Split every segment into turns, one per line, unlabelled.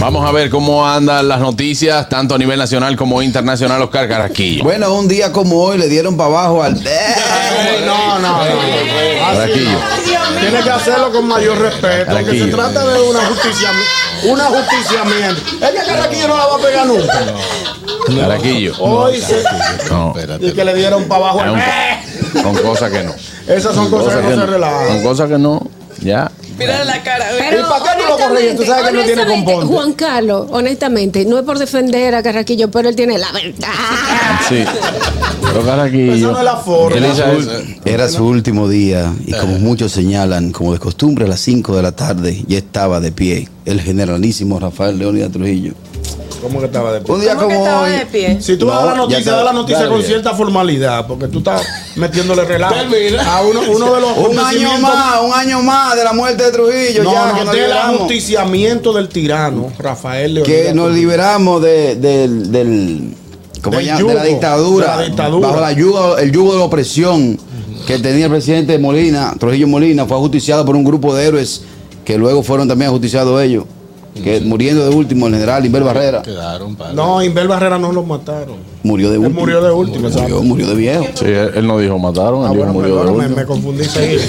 Vamos a ver cómo andan las noticias, tanto a nivel nacional como internacional, Oscar Carrasquillo.
Bueno, un día como hoy le dieron para abajo al. ¡Eh!
No, no, no. Así
Carrasquillo.
no. Tiene que hacerlo con mayor respeto. Aunque se
Caraquillo.
trata de una justicia. Una justicia miente. Es que Caraquillo no la va a pegar nunca.
Carrasquillo.
Hoy se.
No,
Y que le dieron para abajo. al-
con cosas que no.
Esas son cosas que no se
Con
relajan.
cosas que no. Ya.
Mira la cara.
¿Y para qué tú lo corriges? Tú sabes que no tiene
honestamente,
componte.
Juan Carlos, honestamente, no es por defender a Carraquillo, pero él tiene la verdad.
Sí. Pero Carrasquillo.
Esa no es la forma.
Él hizo
Era
eso.
Era su último día y como muchos señalan, como de costumbre a las 5 de la tarde ya estaba de pie el generalísimo Rafael Leónidas Trujillo.
¿Cómo que estaba de
Un día
¿Cómo que
como
estaba
hoy.
de pie?
Si tú
No,
das la
ya te-
noticia, da la noticia
dale.
con cierta formalidad, porque tú estás metiéndole relajo. A uno, uno de los
Un año
acontecimientos-
más, un año más de la muerte de Trujillo,
No,
ya
no,
que nos
del
liberamos.
ajusticiamiento del tirano, Rafael Leónidas.
Que nos liberamos de, del- del- ¿cómo
Del
se llama? de la
yugo,
dictadura.
de la dictadura.
Bajo la yugo, el yugo de la opresión que tenía el presidente Molina, Trujillo Molina, fue ajusticiado por un grupo de héroes que luego fueron también ajusticiados ellos. Que muriendo de último, el general Inver Barrera
No, Inver Barrera no lo mataron.
murió de
Él
último.
murió de último,
Murió,
exacto.
murió de viejo.
Sí, él, él no dijo mataron, él
Ah,
dijo
bueno,
murió de
perdóname,
último.
me confundí seguido.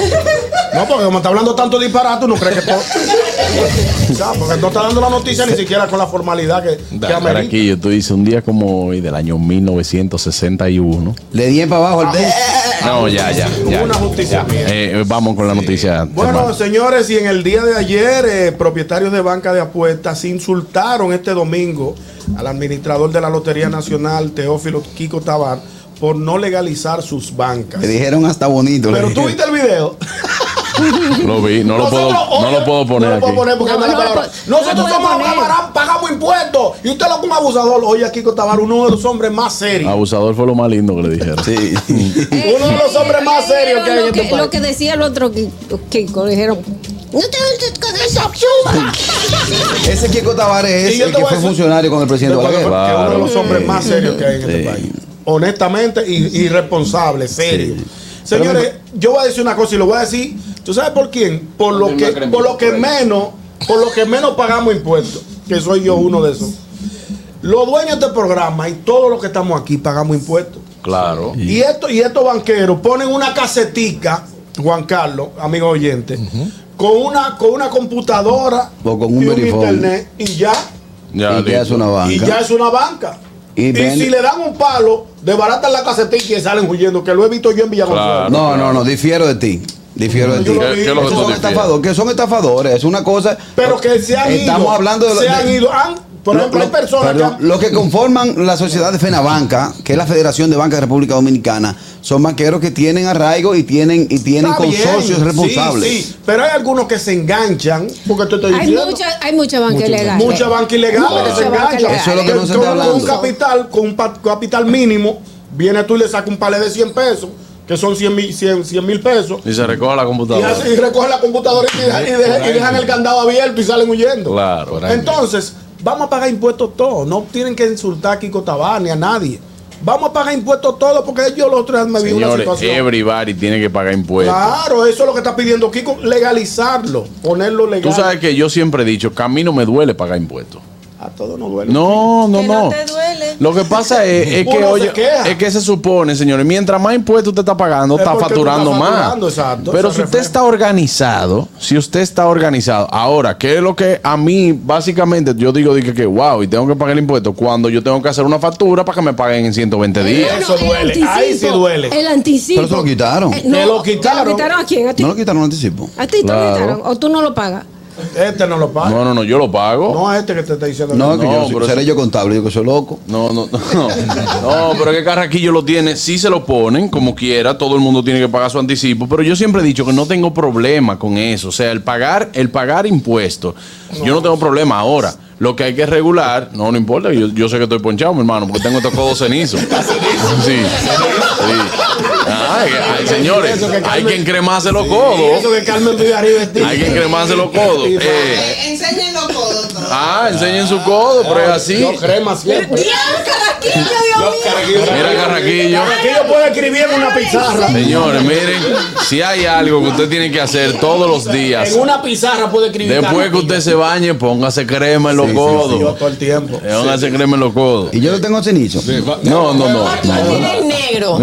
No, porque como está hablando tanto disparate, uno cree que todo. O sea, porque no está dando la noticia ni siquiera con la formalidad que, que amerita.
Carrasquillo, tú dices un día como hoy del año 1961.
Le di para abajo al
Ah, eh,
de.
No, ya, ya. ya.
Una justicia mía.
Eh, vamos con la noticia.
Bueno,
hermano.
señores, y en el día de ayer, eh, propietarios de banca de apuestas insultaron este domingo al administrador de la Lotería Nacional, Teófilo Kiko Tabar, por no legalizar sus bancas.
Le dijeron hasta bonito. le
eh. Pero tú viste
dijeron.
el video.
Lo vi, no lo puedo,
Nosotros,
no lo puedo poner
No lo
aquí.
puedo poner porque
No,
no,
no
es la
lo
palabra.
po- no
Nosotros
lo puedo
somos
poner.
acabarán, pagamos impuestos. Y usted lo que un abusador. Oye, Kiko Tabar, uno de los hombres más serios.
Abusador fue lo más lindo que le dijeron.
Sí.
Uno de los hombres más serios que hay en
Eh, lo
este
que, lo que
país.
decía el otro Ki- Kiko, le dijeron, no te metas con esa
Ese Kiko Tavares
Y
es
yo
el
te
que
voy a
fue
decir-
funcionario con el presidente
Pero cuando-
Balaguer.
que uno de los
Claro.
hombres más serios que hay en este
Sí.
país. Honestamente, y- irresponsable, serio.
Sí.
Señores, yo voy a decir una cosa y lo voy a decir. ¿Tú sabes por quién? Por lo que, por lo que menos, por lo que menos pagamos impuestos. Que soy yo uno de esos. Los dueños de este programa y todos los que estamos aquí pagamos impuestos.
Claro.
Y esto, y estos banqueros ponen una casetica, Juan Carlos, amigo oyente, con una, con una computadora
O con un
y un
verifón.
internet y ya,
Ya,
Y que es
listo.
una banca.
y ya es una banca.
Y
Y,
ven-
si le dan un palo, desbaratan la casetica y salen huyendo, que lo he visto yo en Villagonzuela.
Claro.
No, no, no, difiero de ti. Difiero de
Ah, Yo
ti.
lo ¿Qué- vi. qué es lo que
Esos
tú
son
difieres?
estafadores, que son estafadores, es una cosa.
Pero que se han ido.
Estamos hablando de
se han ido. Han- por ejemplo, hay personas
perdón,
que han-
los que conforman la sociedad de Fenabanca, que es la Federación de Bancas de República Dominicana, son banqueros que tienen arraigo y tienen y tienen
Está bien,
consorcios
sí,
responsables.
sí, pero hay algunos que se banca porque te estoy
Hay
diciendo.
mucha, hay mucha banca ilegal.
Mucha banca ilegal
Mucha
que se
banca
engancha.
ilegal. Eso es lo
que no se
Con-
está hablando.
Con un capital, con un pa- capital mínimo, viene tú y le sacas un palé de 100 pesos, que son 100 mil 100 100 mil pesos,
Y se recoja la
y,
computadora.
hace- y recogen la computadora y, deja- y deja- y dejan el candado abierto y salen huyendo.
Claro, por ahí.
Entonces, vamos a pagar impuestos todos. No tienen que insultar a Kiko Tabar ni a nadie. Vamos a pagar impuestos todos porque yo los otros me vi una
Señores,
situación.
everybody tiene que pagar impuestos.
Claro, eso es lo que está pidiendo Kiko, legalizarlo, ponerlo legal.
Tú sabes que yo siempre he dicho, que a mí no me duele pagar impuestos.
a todos nos duele.
No, no,
Que no
no.
te duele.
Lo que pasa es, es que,
Uno se
oye,
queja.
es que se supone, señores, mientras más impuestos usted está pagando,
Es
está
porque tú
facturando,
estás facturando,
más.
exacto,
Pero
se
si usted
refleja.
está organizado, si usted está organizado, ahora, ¿qué es lo que a mí, básicamente, yo digo, dije que, wow, y tengo que pagar el impuesto cuando yo tengo que hacer una factura para que me paguen en 120 días?
Eso duele, ahí sí duele.
El anticipo.
Pero se lo quitaron.
Eh, no,
Te lo
¿Te
quitaron.
lo quitaron a quién? ¿A ti?
No lo quitaron el anticipo.
¿A ti te
Claro.
lo quitaron? ¿O tú no lo pagas?
Este no lo paga.
No, no, no, yo lo pago.
No, este que te está diciendo.
No, que
No,
yo no soy-
pero
seré
eso-
yo contable, yo que soy loco.
No, no, no. No, pero es que Carraquillo lo tiene. Sí se lo ponen, como quiera. Todo el mundo tiene que pagar su anticipo. Pero yo siempre he dicho que no tengo problema con eso. O sea, el pagar, el pagar impuestos. Yo no tengo problema ahora. Lo que hay que regular, no, no importa, yo, yo sé que estoy ponchado, mi hermano, porque tengo estos codos cenizos. Sí, sí. Ay, ay, señores,
Eso que
hay
Carmen-
que encremarse los
Y eso
codos.
que Carmen vive arriba es ti.
Hay que encremarse los codos. Eh,
Enseñen los codos todos.
Ah, enseñen su codo, pero es así.
Yo crema siempre.
¡Dios, Carraquillo, Dios mío!
Mira, Carraquillo.
Carraquillo puede escribir en una pizarra.
Señores, miren, si hay algo que usted tiene que hacer todos los días,
En una pizarra puede escribir.
después que usted se bañe, póngase crema en los
Yo
codos.
todo el tiempo.
Póngase crema en los codos.
Y yo lo tengo cenizo.
No, no, no.
Lo tiene negro.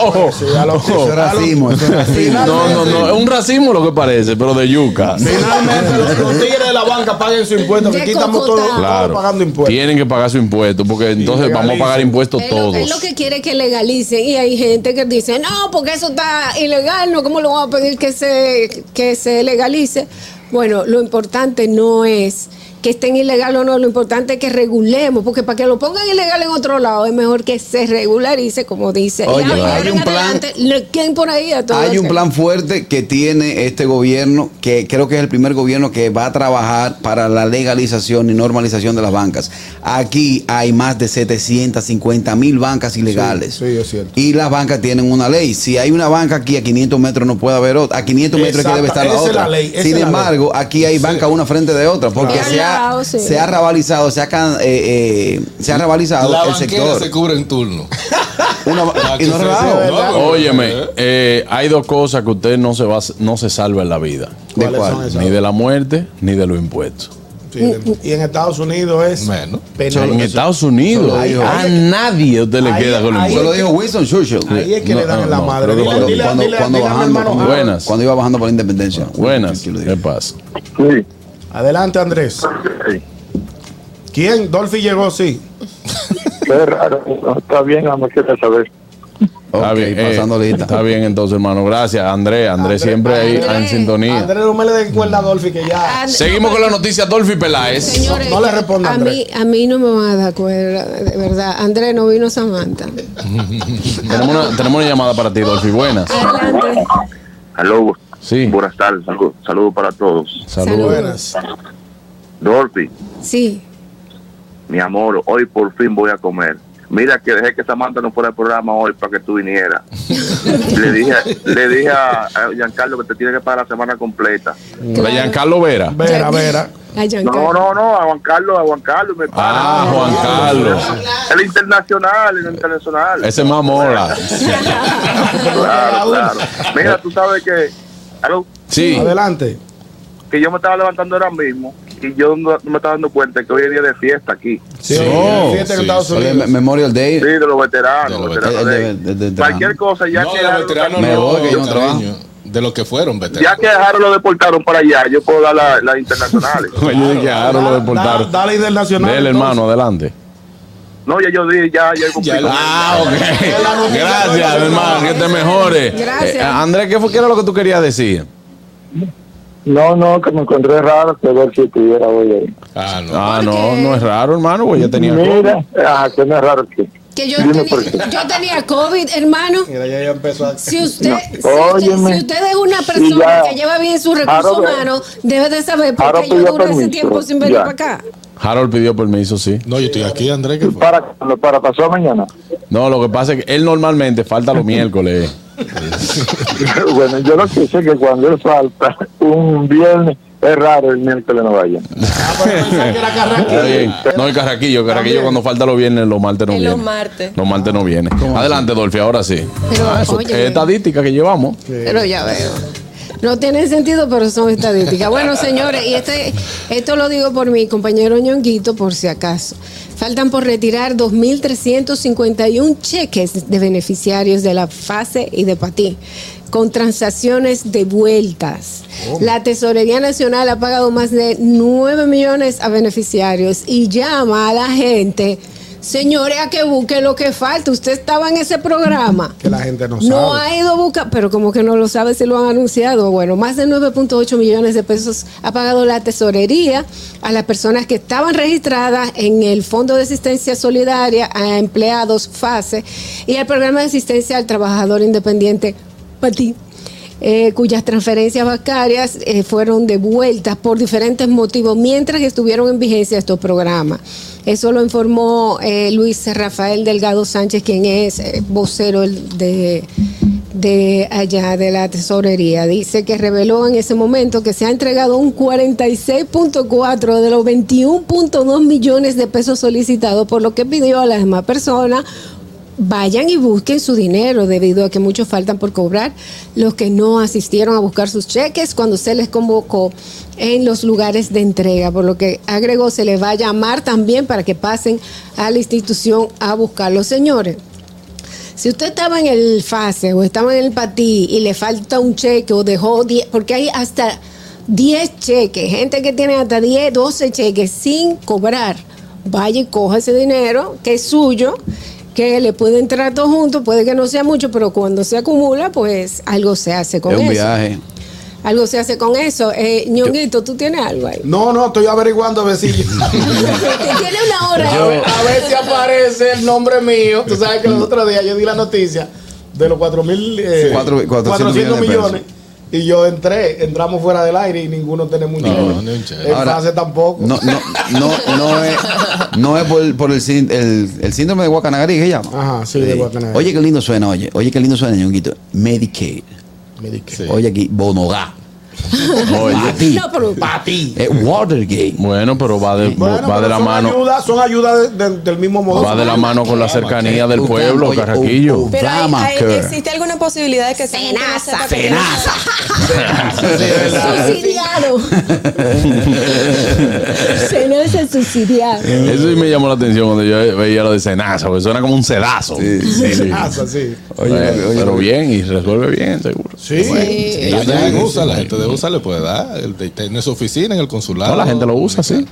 Ojo.
Eso es racismo, eso es racismo.
No, no, no. Es un racismo lo que parece, pero de yuca.
Finalmente, los, los tigres de la banca paguen su impuesto, que
De
aquí estamos todos,
Cocotá.
todos pagando impuestos.
Tienen que pagar su impuesto, porque entonces vamos a pagar impuestos
Es lo,
todos.
es lo que quiere que legalicen y hay gente que dice, no, porque eso está ilegal, no, ¿cómo lo vamos a pedir que se, que se legalice? Bueno, lo importante no es que estén ilegal o no, lo importante es que regulemos, porque para que lo pongan ilegal en otro lado es mejor que se regularice, como dice.
Oye,
Y ahora
hay
en
un plan-
adelante, le queden por ahí a todos.
Hay un plan fuerte que tiene este gobierno, que creo que es el primer gobierno que va a trabajar para la legalización y normalización de las bancas. Aquí hay más de 750 mil bancas ilegales.
sí, es cierto.
Y las bancas tienen una ley. Si hay una banca aquí a 500 metros no puede haber otra. A 500 metros es que
Exacto,
debe estar la
esa es
otra.
la ley, esa
Sin
es la
embargo, aquí hay banca una frente de otra porque
Claro.
se, ha,
Claro, sí.
se ha rabalizado, se ha, can- eh, eh, se ha rabalizado
La
el
banquera
sector.
se cubre en turno.
Una ba- y no es relajo.
Óyeme, eh, hay dos cosas que usted no se va, no se salva en la vida.
¿De
¿Cuáles
cuál?
son esas?
Ni de la muerte, ni de los impuestos.
Sí, y en Estados Unidos es
Bueno.
O sea,
penal.
en Estados Unidos
Ahí,
a
ahí-
nadie usted le
ahí-
queda con los
ahí-
Eso lo
impuestos.
dijo Winston Churchill.
Ahí es que
No,
le dan
no,
en la
no,
madre.
creo que
Dile-
cuando,
dile-
cuando-
dile-
cuando
dile a mi
bajando,
hermano
por-
Harold.
Buenas.
cuando iba bajando por la independencia.
Buenas,
Churchill lo
Eh,
¿qué
dijo.
pasa?
Sí,
Adelante, Andrés.
sí.
¿Quién? Dolphy llegó, sí.
Qué raro. No, Ah, Está bien, nada más quería saber.
Está
Ok,
bien, eh,
pasando lista.
Está bien, entonces, hermano. Gracias, Andrés. Andrés siempre ahí
Andrés.
en sintonía.
Andrés, no me le den cuerda a Dolphy que ya.
And-
Seguimos con la noticia Dolphy Peláez.
Señores,
No- no le responda,
a mí, a mí no me van a dar cuerda, de verdad. Andrés, no vino Samantha.
Tenemos una, tenemos una llamada para ti, Dolphy. Buenas.
Adelante.
Aló.
Sí.
Buenas tardes. Saludos para todos.
Saludos.
Buenas.
Dorothy,
Sí.
mi amor, hoy por fin voy a comer. Mira que dejé que Samantha no fuera al programa hoy para que tú vinieras. le dije, le dije a, a Giancarlo que te tiene que pagar la semana completa.
Hola, Giancarlo Vera.
Vera, Vera.
A Giancarlo.
No, no, no, a Juan Carlos, a Juan Carlos me
Ah,
para.
Juan Carlos.
El internacional, el internacional.
Ese es más mola.
Claro, claro. Mira, tú sabes que, aló,
Sí.
Adelante.
que yo me estaba levantando ahora mismo y yo no, no me estaba dando cuenta que hoy es día de fiesta aquí.
Sí,
Sí,
oye, fíjate que
sí,
Estados
sí.
Oye,
Unidos.
me- Memorial Day.
Sí, de los veteranos.
De los
veteranos de-
veteranos. De- de- de-
cualquier cosa, ya
no,
que
de los
dejaron-
veteranos
Me
no,
voy, que yo no
cariño.
trabajo.
De los que fueron
ya
veteranos.
que dejaron lo deportaron para allá, yo puedo dar las la internacionales.
Oye, dije, ah, no lo
Dale,
deportaron.
dale internacional.
Dele,
entonces.
hermano, adelante.
no, ya yo dije, ya, ya cumplí.
Ya
con
la-
eso.
Ah, ok. Gracias, mi hermano, que te mejore.
Gracias.
Eh, Andrés, ¿qué fue que era lo que tú querías decir?
No, no, que me encontré raro que ver si estuviera hoy ahí.
Ah, no.
Ah,
¿Por
no,
qué?
no es raro, hermano, pues ya tenía COVID.
Mira, ah, que no es raro que.
Que yo,
Dime
tenía,
por qué.
yo tenía COVID, hermano.
Mira, ya ya empezó a.
Si usted,
No,
si, usted,
óyeme.
si usted es una
Y
persona
ya.
que lleva bien sus
Ahora
recursos
voy.
humanos, debe de saber por
Ahora
qué yo
pido
duré ese
permiso.
tiempo sin venir
Ya.
para acá.
Harold pidió permiso, sí.
No, yo estoy aquí, Andrés. ¿qué fue?
Para, para pasó mañana.
No, lo que pasa es que él normalmente falta los miércoles.
bueno, yo lo que sé es que cuando él falta un viernes, es raro el miércoles no vaya.
Ah, pero pensaba que era
Está
Carraquillo.
bien. No, y Carraquillo, Carraquillo cuando falta los viernes, los martes no
En
viene.
los martes.
Los martes no viene. Adelante, Dolphy, ahora sí.
Pero,
Ah, eso
oye.
es estadística que llevamos.
Pero ya veo. No tiene sentido, pero son estadísticas. Bueno, señores, y este, esto lo digo por mi compañero Ñonguito, por si acaso. Faltan por retirar 2.351 cheques de beneficiarios de la FASE y de PATI, con transacciones de vueltas.
Oh.
La Tesorería Nacional ha pagado más de 9 millones a beneficiarios y llama a la gente, señores, a que busquen lo que falta. Usted estaba en ese programa.
Que la gente no sabe.
No ha ido a buscar, pero como que no lo sabe si lo han anunciado. Bueno, más de 9.8 millones de pesos ha pagado la tesorería a las personas que estaban registradas en el Fondo de Asistencia Solidaria a Empleados FASE y el Programa de Asistencia al Trabajador Independiente PATI. eh, cuyas transferencias bancarias eh, fueron devueltas por diferentes motivos mientras que estuvieron en vigencia estos programas. Eso lo informó eh, Luis Rafael Delgado Sánchez, quien es eh, vocero el- de, de allá de la tesorería. Dice que reveló en ese momento que se ha entregado un 46.4 de los 21.2 millones de pesos solicitados, por lo que pidió a las demás personas vayan y busquen su dinero debido a que muchos faltan por cobrar los que no asistieron a buscar sus cheques cuando se les convocó en los lugares de entrega, por lo que agregó se les va a llamar también para que pasen a la institución a buscarlos. Señores, si usted estaba en el FASE o estaba en el PATI y le falta un cheque o dejó 10, porque hay hasta 10 cheques, gente que tiene hasta 10, 12 cheques sin cobrar, vaya y coja ese dinero que es suyo, que le puede entrar todo junto, puede que no sea mucho, pero cuando se acumula, pues algo se hace con
Es un
eso.
viaje.
Algo se hace con eso. Eh, Ñonguito, tú tienes algo ahí.
No, no, estoy averiguando a ver si.
Tiene una hora.
A ver, a ver si aparece el nombre mío. Tú sabes que los otros días yo di la noticia de los 4 mil. eh,
Cuatro-
400
400
millones.
millones de
y yo entré, entramos fuera del aire y ninguno tenemos un
No,
dinero.
ni un cheque.
El
Ahora-
pase tampoco.
No, no, no, no es, no es por, por el, sín- el, el síndrome de Guacanagarí que llama.
Ajá, sí, de
Eh,
Guacanagarí.
Oye, qué lindo suena, oye. Oye, qué lindo suena, ñonguito. Medicaid.
Sí.
Oye, aquí, Bonogá. Oye,
No, pero
eh, Watergate.
Bueno, pero va de,
Bueno,
va
pero
de la
son
mano.
ayudas, son ayudas de- de- del mismo modo.
Va de la mano con la cercanía del pueblo,
Oye,
Carraquillo.
oye,
Pero hay- hay-
Obamacare.
existe alguna posibilidad de que esa gente no sepa que tiene-
Fenaza.
subsidiado. Se nace subsidiado.
Eso sí me llamó la atención cuando yo veía lo de cenazo, porque suena como un sedazo.
Sí, sí. Casa, sí.
Oye,
Oye, oye,
pero
oye. Eh,
bien, y resuelve bien, seguro.
Sí.
La gente de USA, la gente de USA le puede dar. El de- Tiene su oficina en el consulado.
No, la gente lo usa, sí.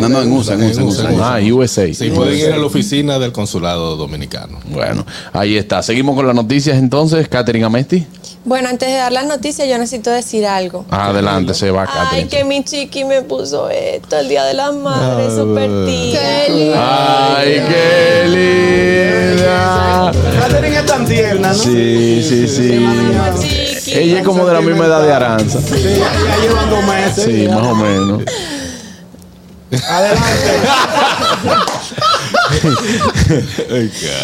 No, no, en USA, en USA, en USA.
Ah, USA.
Sí, pueden ir a la oficina del consulado dominicano.
Bueno, ahí está. Seguimos con las noticias entonces, Catherine Amesti.
Bueno, antes de dar las noticias, yo necesito decir algo.
Adelante, se va
Ay,
Catherine.
que mi chiqui me puso esto el día de las madres, súper tía.
Ay, qué linda.
Catherine es tan tierna, ¿no?
Sí, sí, sí.
Chiqui.
Ella es como de la misma edad de Aranza.
Sí, ya llevan dos meses.
Sí, más o menos.
Adelante.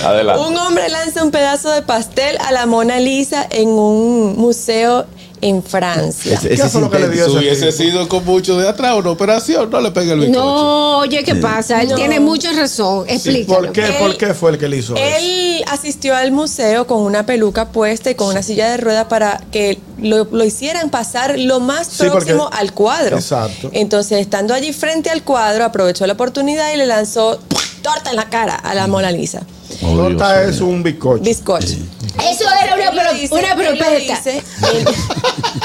Adelante.
Un hombre lanza un pedazo de pastel a la Mona Lisa en un museo en Francia.
¿Qué fue lo que le dio
Si
ese
hubiese
tipo?
sido con mucho de atrás una operación, no le pega el bizcocho.
No, oye, ¿qué pasa? Él tiene mucha razón. Explícalo.
¿Por qué, ¿Por qué fue el que le hizo eso?
Él asistió al museo con una peluca puesta y con una silla de ruedas para que lo, lo hicieran pasar lo más
Sí, porque-
próximo al cuadro.
Exacto.
Entonces, estando allí frente al cuadro, aprovechó la oportunidad y le lanzó torta en la cara a la Mona Lisa.
Torta es un bizcocho.
Bizcocho.
Eso era una,
Él lo
pro-
dice,
una
él lo
propuesta.
dice,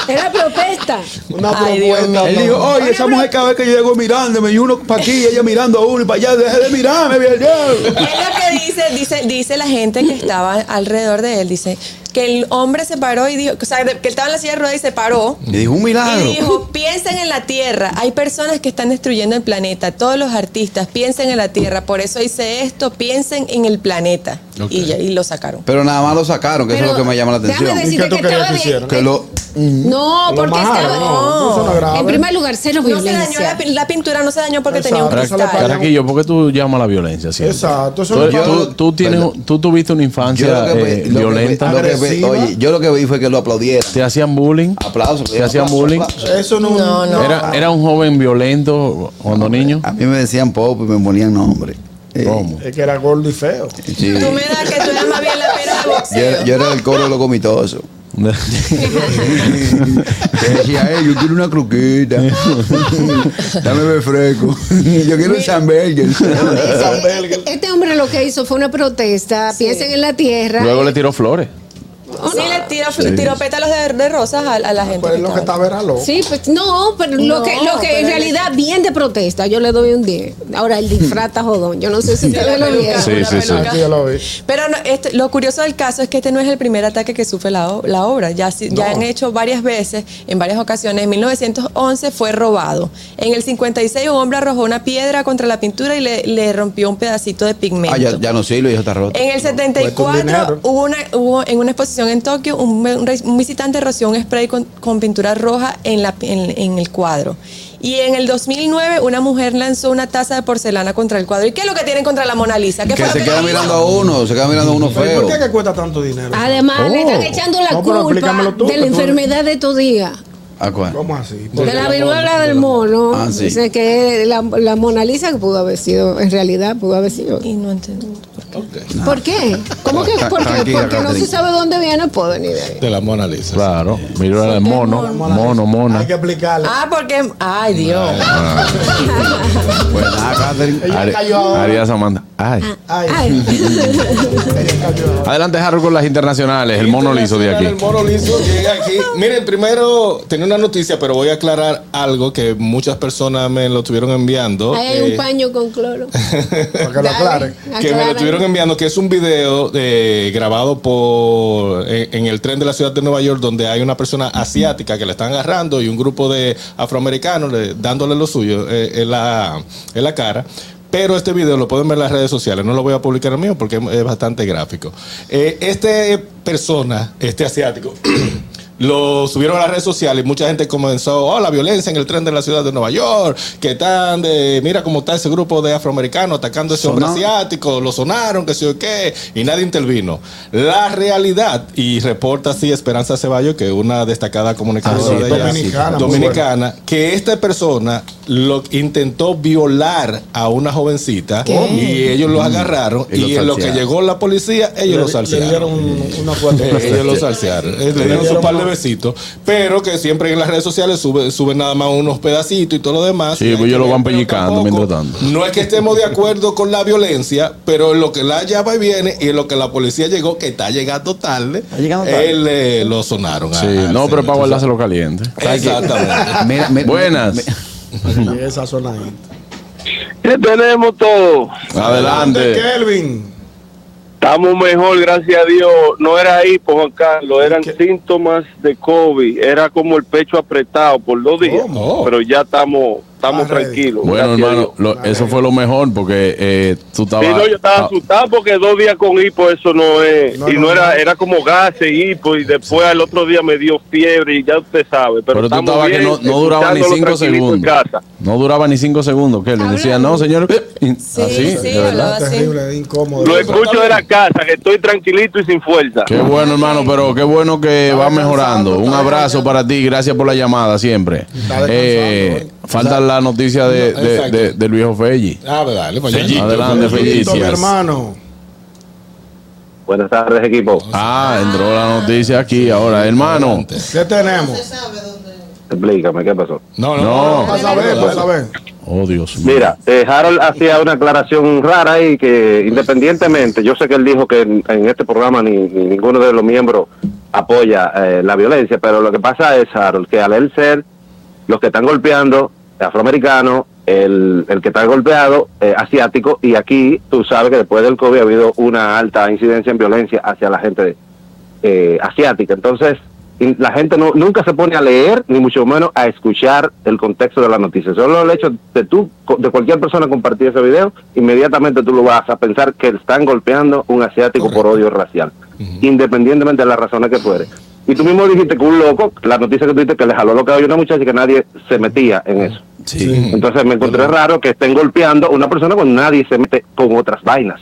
Era propuesta.
Una
Ay, Dios
propuesta.
mío.
Él dijo, "Oh". oye, esa mujer cada vez que yo llego mirándome y uno para aquí y ella mirando a uno y para allá, deje de mirarme, bien
Es lo que dice, dice, dice la gente que estaba alrededor de él. Dice que el hombre se paró y dijo, o sea, de- que él estaba en la silla de ruedas y se paró.
Y dijo, un milagro.
Y dijo, piensen en la tierra. Hay personas que están destruyendo el planeta. Todos los artistas piensen en la tierra. Por eso hice esto, piensen en el planeta.
Ok.
Y, ya- y lo sacaron.
Pero nada más lo sacaron, que eso es
Pero
lo que me llama la
déjame
atención.
decirte
¿Y qué tú
que
querías
estaba
que
bien.
hicieran?
Que lo,
No,
Lo
porque
más
estaba.
grave, no, eso no es grave.
En primer lugar, cero
No se dañó la,
violencia.
pi- la pintura, no se dañó porque tenía un
Exacto, eso le
cristal.
parece-
Carraquillo, ¿por qué tú llamas a la violencia siempre?
Exacto, eso
Tú,
no es
tú-
para-
tú tienes, tú tuviste una infancia
yo lo que
eh,
ve- lo que ve-
violenta.
lo que ve-
agresiva.
oye, yo lo que vi fue que lo aplaudieron.
Te hacían bullying.
Aplausos.
Te hacían
aplausos,
bullying.
aplausos.
Eso no.
No, no.
Era, era un joven violento
Ah,
cuando niño. Oh.
A mí me decían pop y me ponían nombre. Eh,
¿Cómo?
Es que era gordo y feo.
sí.
Tú me das que tú eras más bien la pera de
Yo,
boxeo.
era- yo era del coro de los gomitosos. Que decía, eh, yo quiero una croqueta. Dame ver fresco. Yo quiero un hamburger.
Este- Este hombre lo que hizo fue una protesta. Piensen en la tierra.
Luego le tiró flores.
Sí, le tiró, tiró pétalos de, de rosas a, a la gente.
Pues
que
lo que
estaba.
estaba era loco.
Sí, pues no, pero lo
No,
que, lo que
pero-
en realidad bien de protesta, yo le doy un 10. Ahora el disfraz está jodón, yo no sé si ustedes lo vieron.
Sí,
Una
sí, sí.
peluca.
Sí, yo lo vi.
Pero no, este- lo curioso del caso es que este no es el primer ataque que sufre la, o- la obra. Ya, si- ya han hecho varias veces, en varias ocasiones. En 1911 fue robado. En el 56 un hombre arrojó una piedra contra la pintura y le, le rompió un pedacito de pigmento.
Ah, ya, ya no sirve, ya está roto.
En el
cuesta un
74
dinero.
hubo, una, hubo en una exposición en Tokio un, un re- un visitante roció un spray con, con pintura roja en, la, pi- en, en el cuadro. Y en el 2009 una mujer lanzó una taza de porcelana contra el cuadro. ¿Y qué es lo que tienen contra la Mona Lisa? ¿Qué
Que
fue lo
se
que
queda
le hizo?
mirando a uno, se queda mirando a uno
Pero, ¿y
feo.
¿Por qué que cuesta tanto dinero?
Además, le están echando la
Oh. No, pero explícamelo
culpa
tú,
de
que
la
tú-
enfermedad de tu día.
¿A Ah, cuál?
¿Cómo así?
De la viruela del mono.
Ah, sí.
Dice que la, la Mona Lisa que pudo haber sido, en realidad pudo haber sido.
Y no entendí.
¿Por qué? ¿Cómo que?
Tra-
¿Por qué?
tranquila,
Porque no se
Catherine.
sabe dónde viene, puedo ni idea.
De la Mona Lisa.
Claro, mira el mono, mono,
Hay
mona.
que explicarla.
Ah, porque. Ay, Dios.
Pues nada, Catherine.
Ella
Ari-
cayó ahora.
Arias Amanda. Ay.
Ay, ella cayó ahora.
Adelante, Harold, con las internacionales. El mono liso de aquí.
El mono liso llega aquí. Miren, primero tenía una noticia, pero voy a aclarar algo que muchas personas me lo estuvieron enviando.
Ahí hay
eh,
un paño con cloro.
Para que lo
Dale,
aclaren.
que me
aclara.
lo estuvieron enviando, que es un video eh, grabado por en, en el tren de la ciudad de Nueva York, donde hay una persona asiática que la están agarrando y un grupo de afroamericanos le- dándole lo suyo eh, en, la, en la cara. Pero este video lo pueden ver en las redes sociales, no lo voy a publicar en el mío porque es- es bastante gráfico. Eh, este persona, este asiático, lo subieron a las redes sociales y mucha gente comenzó, oh, la violencia en el tren de la ciudad de Nueva York, que tan de, mira cómo está ese grupo de afroamericanos atacando a ese hombre
Sonó.
asiático, lo sonaron, que sé yo qué, y nadie intervino. La realidad, y reporta así Esperanza Ceballos, que es una destacada comunicadora
Ah, sí,
de ella,
dominicana, muy
dominicana, que esta persona lo intentó violar a una jovencita y ellos lo agarraron
Y
y,
lo
en lo que
salsearon.
llegó la policía, ellos lo
Le, le
salsearon.
dieron un- una fuerte.
Eh, ellos lo salsearon. Eh, Le dieron su par de besitos. Pero que siempre en las redes sociales sube- suben nada más unos pedacitos y todo lo demás.
Sí,
Y hay
pues ellos
que
lo
ver,
van
pero
pellizcando
tampoco-
mientras tanto.
No es que estemos de acuerdo con la violencia, pero en lo que la llama y viene y en lo que la policía llegó, que está llegando tarde,
Está llegando tarde.
él eh, lo sonaron. a-
Sí,
al
no, pero
señor.
para guardárselo caliente.
Exactamente.
Mira, mira,
Buenas.
Y esa zona ahí.
¿Qué tenemos todo?
De
Adelante.
Kelvin.
Estamos mejor, gracias a Dios. No era hipo, Juan Carlos, eran
¿Qué?
síntomas de COVID. Era como el pecho apretado por dos días.
¿Cómo?
Pero ya estamos estamos
Ah, ready.
tranquilos.
Oh. Bueno,
gracias a
hermano,
Dios.
lo- eso fue lo mejor porque eh, tú estabas.
Sí, no, yo estaba
ah,
asustado porque dos días con hipo, eso no es.
No,
y
no,
no,
no.
era era como gases, hipo, y después al otro día me dio fiebre, y ya usted sabe. Pero,
Pero tú
estamos
estabas que
bien,
no, no duraba ni
escuchándolo
cinco
tranquilito en
segundos.
casa.
No duraba ni cinco segundos, Kelvin. Decía, no, señor. Ah, Sí,
sí,
de verdad.
hablaba así.
Terrible, incómodo.
Lo escucho de la casa, que estoy tranquilito y sin fuerza.
Qué bueno, hermano, pero qué bueno que va mejorando. Un abrazo para ti, gracias por la llamada siempre.
Está descansando,
Eh,
¿eh?
falta la noticia de,
no,
de-
exacto.
de- del viejo Felli.
Ah, pues dale, pues ya.
Fellito,
Adelante,
Fellito.
Fellito.
Listo, mi
Felicias.
hermano.
Buenas tardes, equipo.
Ah, entró la noticia aquí
Ah,
ahora, hermano.
¿Qué tenemos?
Explícame, ¿qué pasó?
No,
No.
no,
Para saber, para saber.
Oh, Dios mío.
Mira, eh, Harold hacía una aclaración rara ahí que independientemente, yo sé que él dijo que en, en este programa ni, ni ninguno de los miembros apoya eh, la violencia, pero lo que pasa es, Harold, que al él ser los que están golpeando, afroamericano, el, el que está golpeado, eh, asiático, y aquí tú sabes que después del COVID ha habido una alta incidencia en violencia hacia la gente eh, asiática. Entonces, in- la gente no, nunca se pone a leer, ni mucho menos a escuchar el contexto de la noticia. Solo el hecho de tú, co- de cualquier persona compartir ese video, inmediatamente tú lo vas a pensar que están golpeando un asiático por odio racial, independientemente de las razones que fuere. Y tú mismo dijiste que un loco, la noticia que tuviste que le jaló lo que había una muchacha y que nadie se metía en eso.
Sí.
Entonces me encontré raro que estén golpeando a una persona cuando nadie se mete con otras vainas.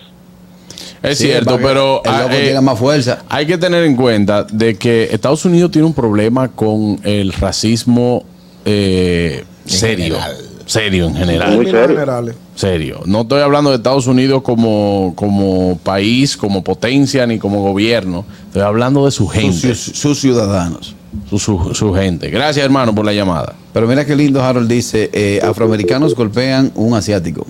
Es
Sí,
cierto,
el
pero
El
ah,
loco
eh,
tiene más fuerza.
hay que tener en cuenta de que Estados Unidos tiene un problema con el racismo eh, serio. Serio en general.
Muy
Términos
serio.
generales.
Serio. No estoy hablando de Estados Unidos como, como país, como potencia, ni como gobierno. Estoy hablando de su gente.
Sus, sus ciudadanos.
Su, su- su gente. Gracias, hermano, por la llamada.
Pero mira qué lindo Harold dice, eh, afroamericanos golpean un asiático.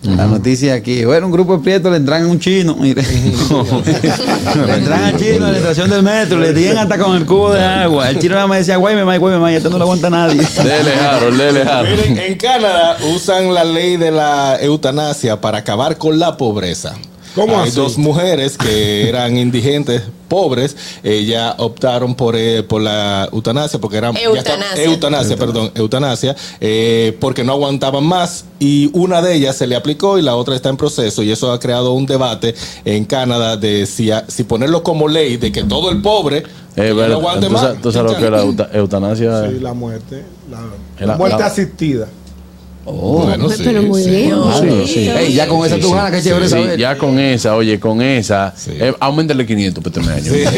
La noticia aquí, bueno, un grupo de prietos le entran a un chino, mire. le entran a chino en la estación del metro, le tiran hasta con el cubo de agua. El chino nada más decía, güey, me güey, me esto este no lo aguanta nadie.
Dele, Harold, dele, Harold.
Miren, en Canadá usan la ley de la eutanasia para acabar con la pobreza.
¿Cómo
Hay
así?
dos mujeres que eran indigentes, pobres, ellas optaron por, eh, por la eutanasia porque eran ya está-
Eutanasia.
eutanasia, perdón, eutanasia, eh, porque no aguantaban más y una de ellas se le aplicó y la otra está en proceso y eso ha creado un debate en Canadá de si, a- si ponerlo como ley de que todo el pobre
Eh,
que no
pero,
aguante
¿tú,
más.
sabes, tú sabes lo que es la euta- eutanasia? eh,
Sí, la muerte. La,
La-
muerte
la-
asistida.
Bueno, sí,
pero muy
sí.
bien.
Claro, sí. Ey, ya con esa
Sí,
tú
sí.
ganas, qué
Sí,
chévere
sí,
saber.
Ya con esa, oye, con esa.
Sí.
Eh, aumentale 500 para este año.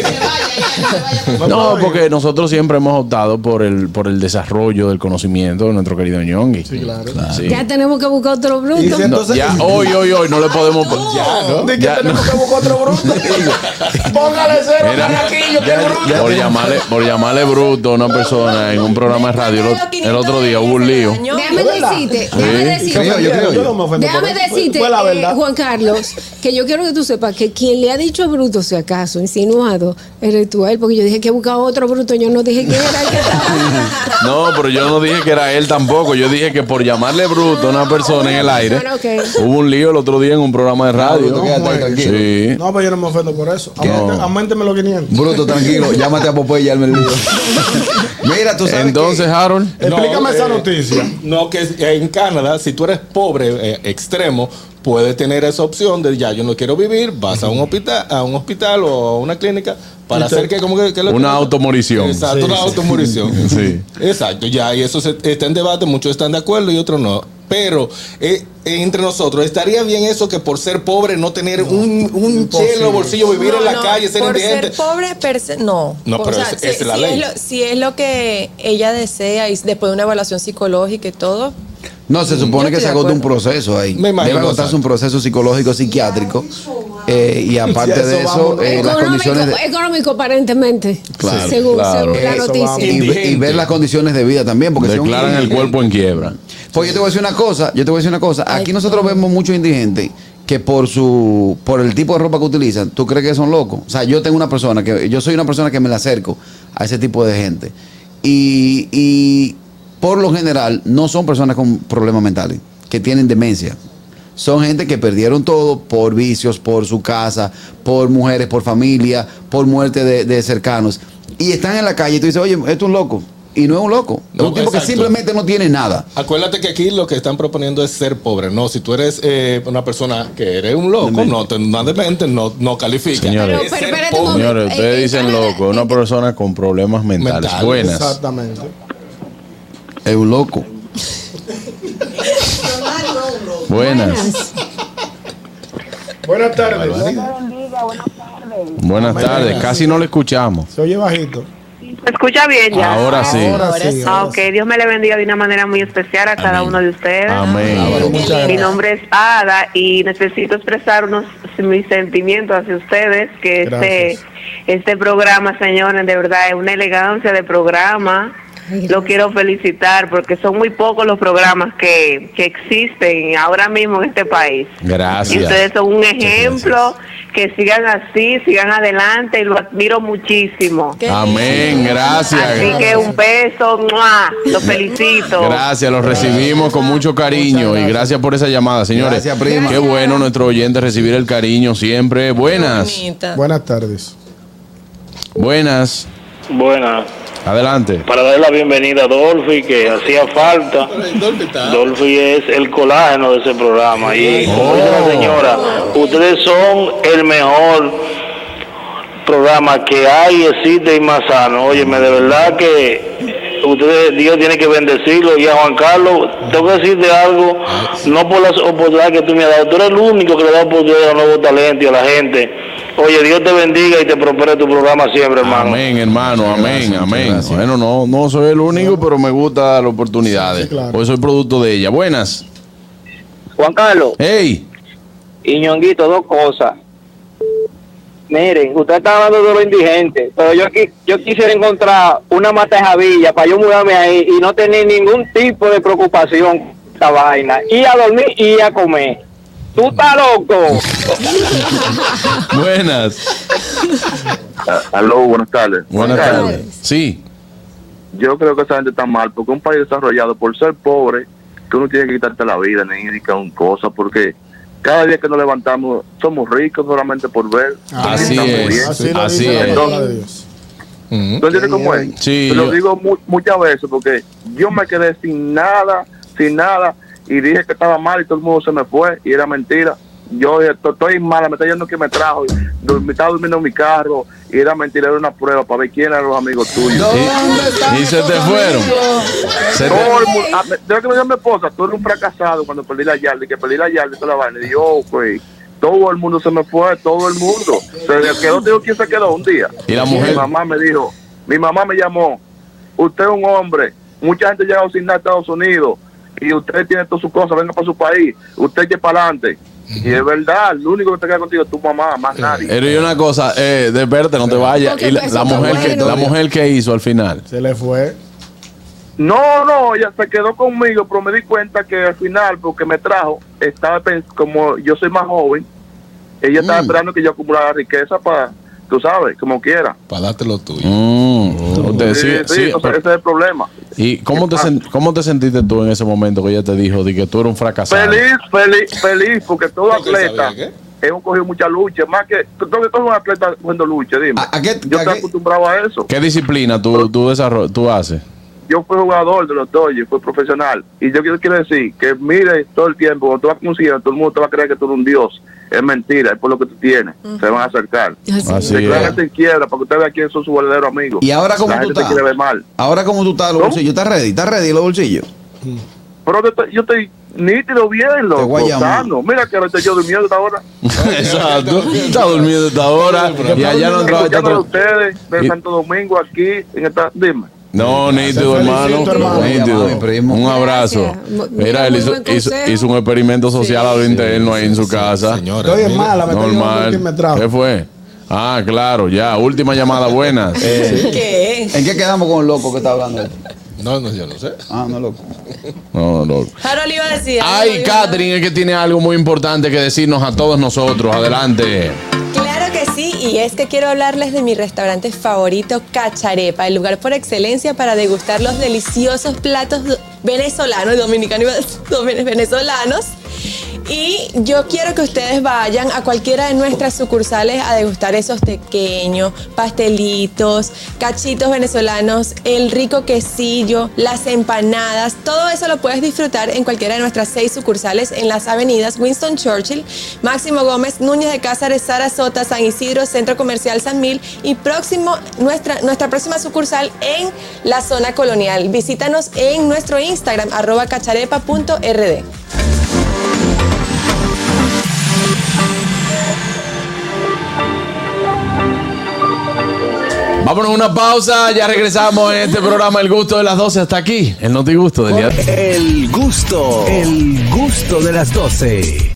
Vamos
No,
a ver.
porque nosotros siempre hemos optado por el, por el desarrollo del conocimiento de nuestro querido Ñongui. Sí, claro.
Ya tenemos que buscar otro bruto.
Dice,
No,
entonces-
ya, hoy, hoy, hoy, no le podemos. Ya, Ah, ¿no?
De que
Ya,
tenemos
no.
que buscar otro bruto. Póngale cero
Mira,
carraquillo, qué bruto.
por, llamarle, por llamarle bruto a una persona en un programa de radio el, ot- el otro día hubo un lío.
Déjame
¿De verdad?
decirte, déjame
Sí.
decirte.
Creo, yo creo.
no me ofendo
Déjame
por eso.
decirte,
Fue la
eh,
verdad.
Juan Carlos, que yo quiero que tú sepas que quien le ha dicho bruto, si acaso, insinuado, eres tú a él, porque yo dije que buscaba otro bruto, yo no dije que era el que estaba.
No, pero yo no dije que era él tampoco. Yo dije que por llamarle bruto a una persona en el aire,
Ah, ok.
hubo un lío el otro día en un programa de radio.
Bruto, quédate ahí, tranquilo.
Sí.
No, pero yo no me ofendo por eso.
¿Qué?
Aumente- Aumenteme los 500.
Bruto, tranquilo, llámate a Popeye y llame el libro. Mira, tú sabes.
Entonces,
que-
Harold.
No,
Explícame esa
eh,
noticia.
No, que eh, en Canadá, si tú eres pobre, eh, extremo, puedes tener esa opción de ya yo no quiero vivir, vas a un hospital, a un hospital o a una clínica para hacer que como que, que lo-
Una automorición.
Exacto,
Sí,
una
sí.
automorición.
Sí.
Exacto, ya, y eso se- está en debate, muchos están de acuerdo y otros no. Pero eh, entre nosotros, ¿estaría bien eso que por ser pobre no tener un, un chelo bolsillo, vivir en la
No,
calle, ser
por
indigente?
ser pobre per se- no
No,
O
pero
sea,
es- es
si-
la
si
ley.
lo, si es lo que ella desea y después de una evaluación psicológica y todo
No, se
Yo
supone que
estoy
se
de
agota un
acuerdo.
proceso ahí.
Me imagino,
Debe agotarse
exacto.
un proceso psicológico, psiquiátrico. eh, y aparte
Si a eso
de eso,
vamos,
eh, las
Económico,
condiciones. de-
económico aparentemente,
Claro,
según,
claro.
según la
Eso vamos.
noticia.
y, ve- y ver las condiciones de vida también. Porque si un
Declaran el
indigente-
cuerpo en quiebra.
Pues yo te voy a decir una cosa, yo te voy a decir una cosa. Aquí nosotros vemos muchos indigentes que por su por el tipo de ropa que utilizan, tú crees que son locos. O sea, yo tengo una persona que yo soy una persona que me la acerco a ese tipo de gente y, y por lo general no son personas con problemas mentales, que tienen demencia. Son gente que perdieron todo por vicios, por su casa, por mujeres, por familia, por muerte de, de cercanos. Y están en la calle y tú dices, oye, esto es un loco. Y no es un loco. Es
No,
un tipo que
exacto.
simplemente no tiene nada.
Acuérdate que aquí lo que están proponiendo es ser pobre. No, si tú eres eh, una persona que eres un loco, no, te- no demente, no, no califica.
Señores.
Es
Pero- pero
ser
espérate un
pobre.
momento.
Señores, ustedes
Eh,
dicen
eh,
loco, una
eh,
persona con problemas mentales.
Mentales,
Buenas.
Exactamente.
Es un loco.
Buenas.
Buenas tardes.
Buenas tardes. Casi no le escuchamos.
Se oye bajito.
¿Me escucha bien ya?
Ahora sí.
Ahora sí.
Ah, ok. Dios me le bendiga de una manera muy especial a cada uno de ustedes.
Amén.
Muchas
Mi
gracias.
nombre es Ada y necesito expresar unos mis sentimientos hacia ustedes que este
Gracias.
este programa, señores, de verdad es una elegancia de programa.
Ay,
Lo quiero felicitar porque son muy pocos los programas que, que existen ahora mismo en este país. Y ustedes
Gracias.
son un ejemplo, que sigan así, sigan adelante y lo admiro muchísimo.
¿qué?
Amén.
Así
Gracias.
que un beso, ¡mua! los felicito.
Gracias, los recibimos con mucho cariño y gracias por esa llamada, señores.
Gracias, prima.
Qué bueno nuestro oyente recibir el cariño siempre. Buenas,
Ah.
Bonita.
Buenas tardes.
buenas.
Buenas,
Adelante.
para dar la bienvenida a Dolphy, que hacía falta. Dolphy es el colágeno de ese programa. Y como dice la señora, ustedes son el mejor programa que hay, existe y más sano. Óyeme, de verdad que ustedes, Dios tiene que bendecirlo. Y a Juan Carlos, tengo que decirte algo, no por las oportunidades que tú me has dado, tú eres el único que le da oportunidades a nuevos talentos y a la gente. Oye, Dios te bendiga y te prospere tu programa siempre, hermano.
Amén, hermano, amén, amén. Bueno, no, no soy el único, pero me gusta las oportunidades.
claro.
Hoy Pues soy producto de ella. Buenas.
Juan Carlos.
Hey,
Iñonguito, dos cosas. Miren, usted está hablando de los indigentes, pero yo qui- yo quisiera encontrar una matejavilla para yo mudarme ahí y no tener ningún tipo de preocupación con esta vaina. Ir a dormir y ir a comer. Tú estás loco.
buenas.
Ah, Aló, buenas tardes.
Buenas
Buenas
tardes.
tardes.
Sí,
Yo creo que esa gente está mal, porque un país desarrollado, por ser pobre, tú no tienes que quitarte la vida ni indicar un cosa, porque cada día que nos levantamos somos ricos solamente por ver.
Ah.
Así
Estamos
es.
bien.
Así, lo
Así
dice la
es.
palabra de Dios.
Ujú.
¿Tú entiendes cómo es?
Sí,
Te lo
yo-
digo mu- muchas veces porque yo me quedé sin nada, sin nada, y dije que estaba mal y todo el mundo se me fue, y era mentira. yo esto- estoy mala, me está yendo que me trajo, dorm- estaba durmiendo en mi carro y era mentira, era una prueba para ver quién eran los amigos tuyos.
Y se te fueron. Se te-
Todo el mundo- ah, me- yo que me dijo mi esposa, tú eres un fracasado cuando perdí la yarda, y que perdí la yarda y toda la vaina. Y yo, güey, todo el mundo se me fue, todo el mundo. Se quedó, digo, ¿quién se quedó un día?
Y la mujer.
Mi mamá me dijo, mi mamá me llamó, usted es un hombre, mucha gente ha llegado sin nada a Estados Unidos y usted tiene todas sus cosas, venga para su país, usted que para adelante. Y es verdad, lo único que te queda contigo es tu mamá, más nadie.
Pero y una cosa, eh, de verte, no te vayas.
Porque
Y la,
pues
la
eso
mujer
está
que,
bueno.
la mujer que hizo al final.
Se le fue.
No, no, ella se quedó conmigo, pero me di cuenta que al final, porque me trajo, estaba pens- como yo soy más joven, ella estaba
Mm.
esperando que yo acumulara riqueza para, tú sabes, como quiera.
Para darte lo tuyo.
Mm, usted
Oh.
sí-
Sí, sí,
sí,
o sea, este- Ah.
pero-
ese es el problema.
¿Y cómo te, sen- cómo te sentiste tú en ese momento que ella te dijo de que tú eras un fracasado?
Feliz, feliz, feliz, porque todo
Porque
atleta
sabía
hemos cogido mucha lucha, más que todo, todo un atleta cuando lucha, dime.
¿A- a qué-
yo
a
estoy
qué-
acostumbrado a eso.
¿Qué disciplina tú, tú, desarro- tú haces?
yo fui jugador de los Dodgers, fui profesional. Y yo quiero, quiero decir que mire todo el tiempo, cuando tú vas a conseguir, todo el mundo te va a creer que tú eres un dios. Es mentira, es por lo que tú tienes. Se van a acercar.
Así es.
Declárate en quiebra para que usted vea quién son sus verdaderos amigos.
¿Y ahora cómo
La
tú
gente te
estás?
quiere ver mal.
Ahora como tú estás, los
¿Cómo?
bolsillos, ¿estás ready? ¿Estás ready los bolsillos?
Pero que estoy- yo estoy nítido bien,
Te
loco,
voy a llamar.
sano. Mira que ahora estoy yo durmiendo hasta ahora.
Exacto. Está durmiendo hasta ahora y allá no entraba.
Escuchando a ustedes de
Y-
Santo Domingo aquí en esta... Dime.
No, nítido,
felicito,
hermano.
hermano.
Nítido.
Llamado, mi primo.
Un abrazo.
Gracias. Mu-
Mira,
mira,
él
muy
hizo,
buen
hizo-
consejo.
hizo un experimento social a lo interno ahí en su casa.
Señora,
Estoy en
mira,
mala, me está llevando quien me
Normal.
trajo.
¿Qué fue? Ah, claro, ya. Última llamada buena.
Eh.
¿Qué es?
Eh, ¿En qué quedamos con el loco que está hablando?
No, no, yo no sé.
Ah, no, loco.
No, no.
Harold iba a decir. Harold
Ay,
iba-
Catherine, es que tiene algo muy importante que decirnos a todos nosotros. Adelante.
Claro que sí, y es que quiero hablarles de mi restaurante favorito, Cacharepa, el lugar por excelencia para degustar los deliciosos platos do- venezolanos, dominicanos, iba a decir, domin- venezolanos. Y yo quiero que ustedes vayan a cualquiera de nuestras sucursales a degustar esos pequeños pastelitos, cachitos venezolanos, el rico quesillo, las empanadas, todo eso lo puedes disfrutar en cualquiera de nuestras seis sucursales en las avenidas Winston Churchill, Máximo Gómez, Núñez de Cázares, Sarasota, San Isidro, Centro Comercial San Mil y próximo nuestra, nuestra próxima sucursal en la zona colonial. Visítanos en nuestro Instagram, arroba cacharepa.rd.
Vámonos a una pausa. Ya regresamos en este programa El Gusto de las 12. Hasta aquí. El Noti Gusto del día.
El gusto, el gusto de las 12.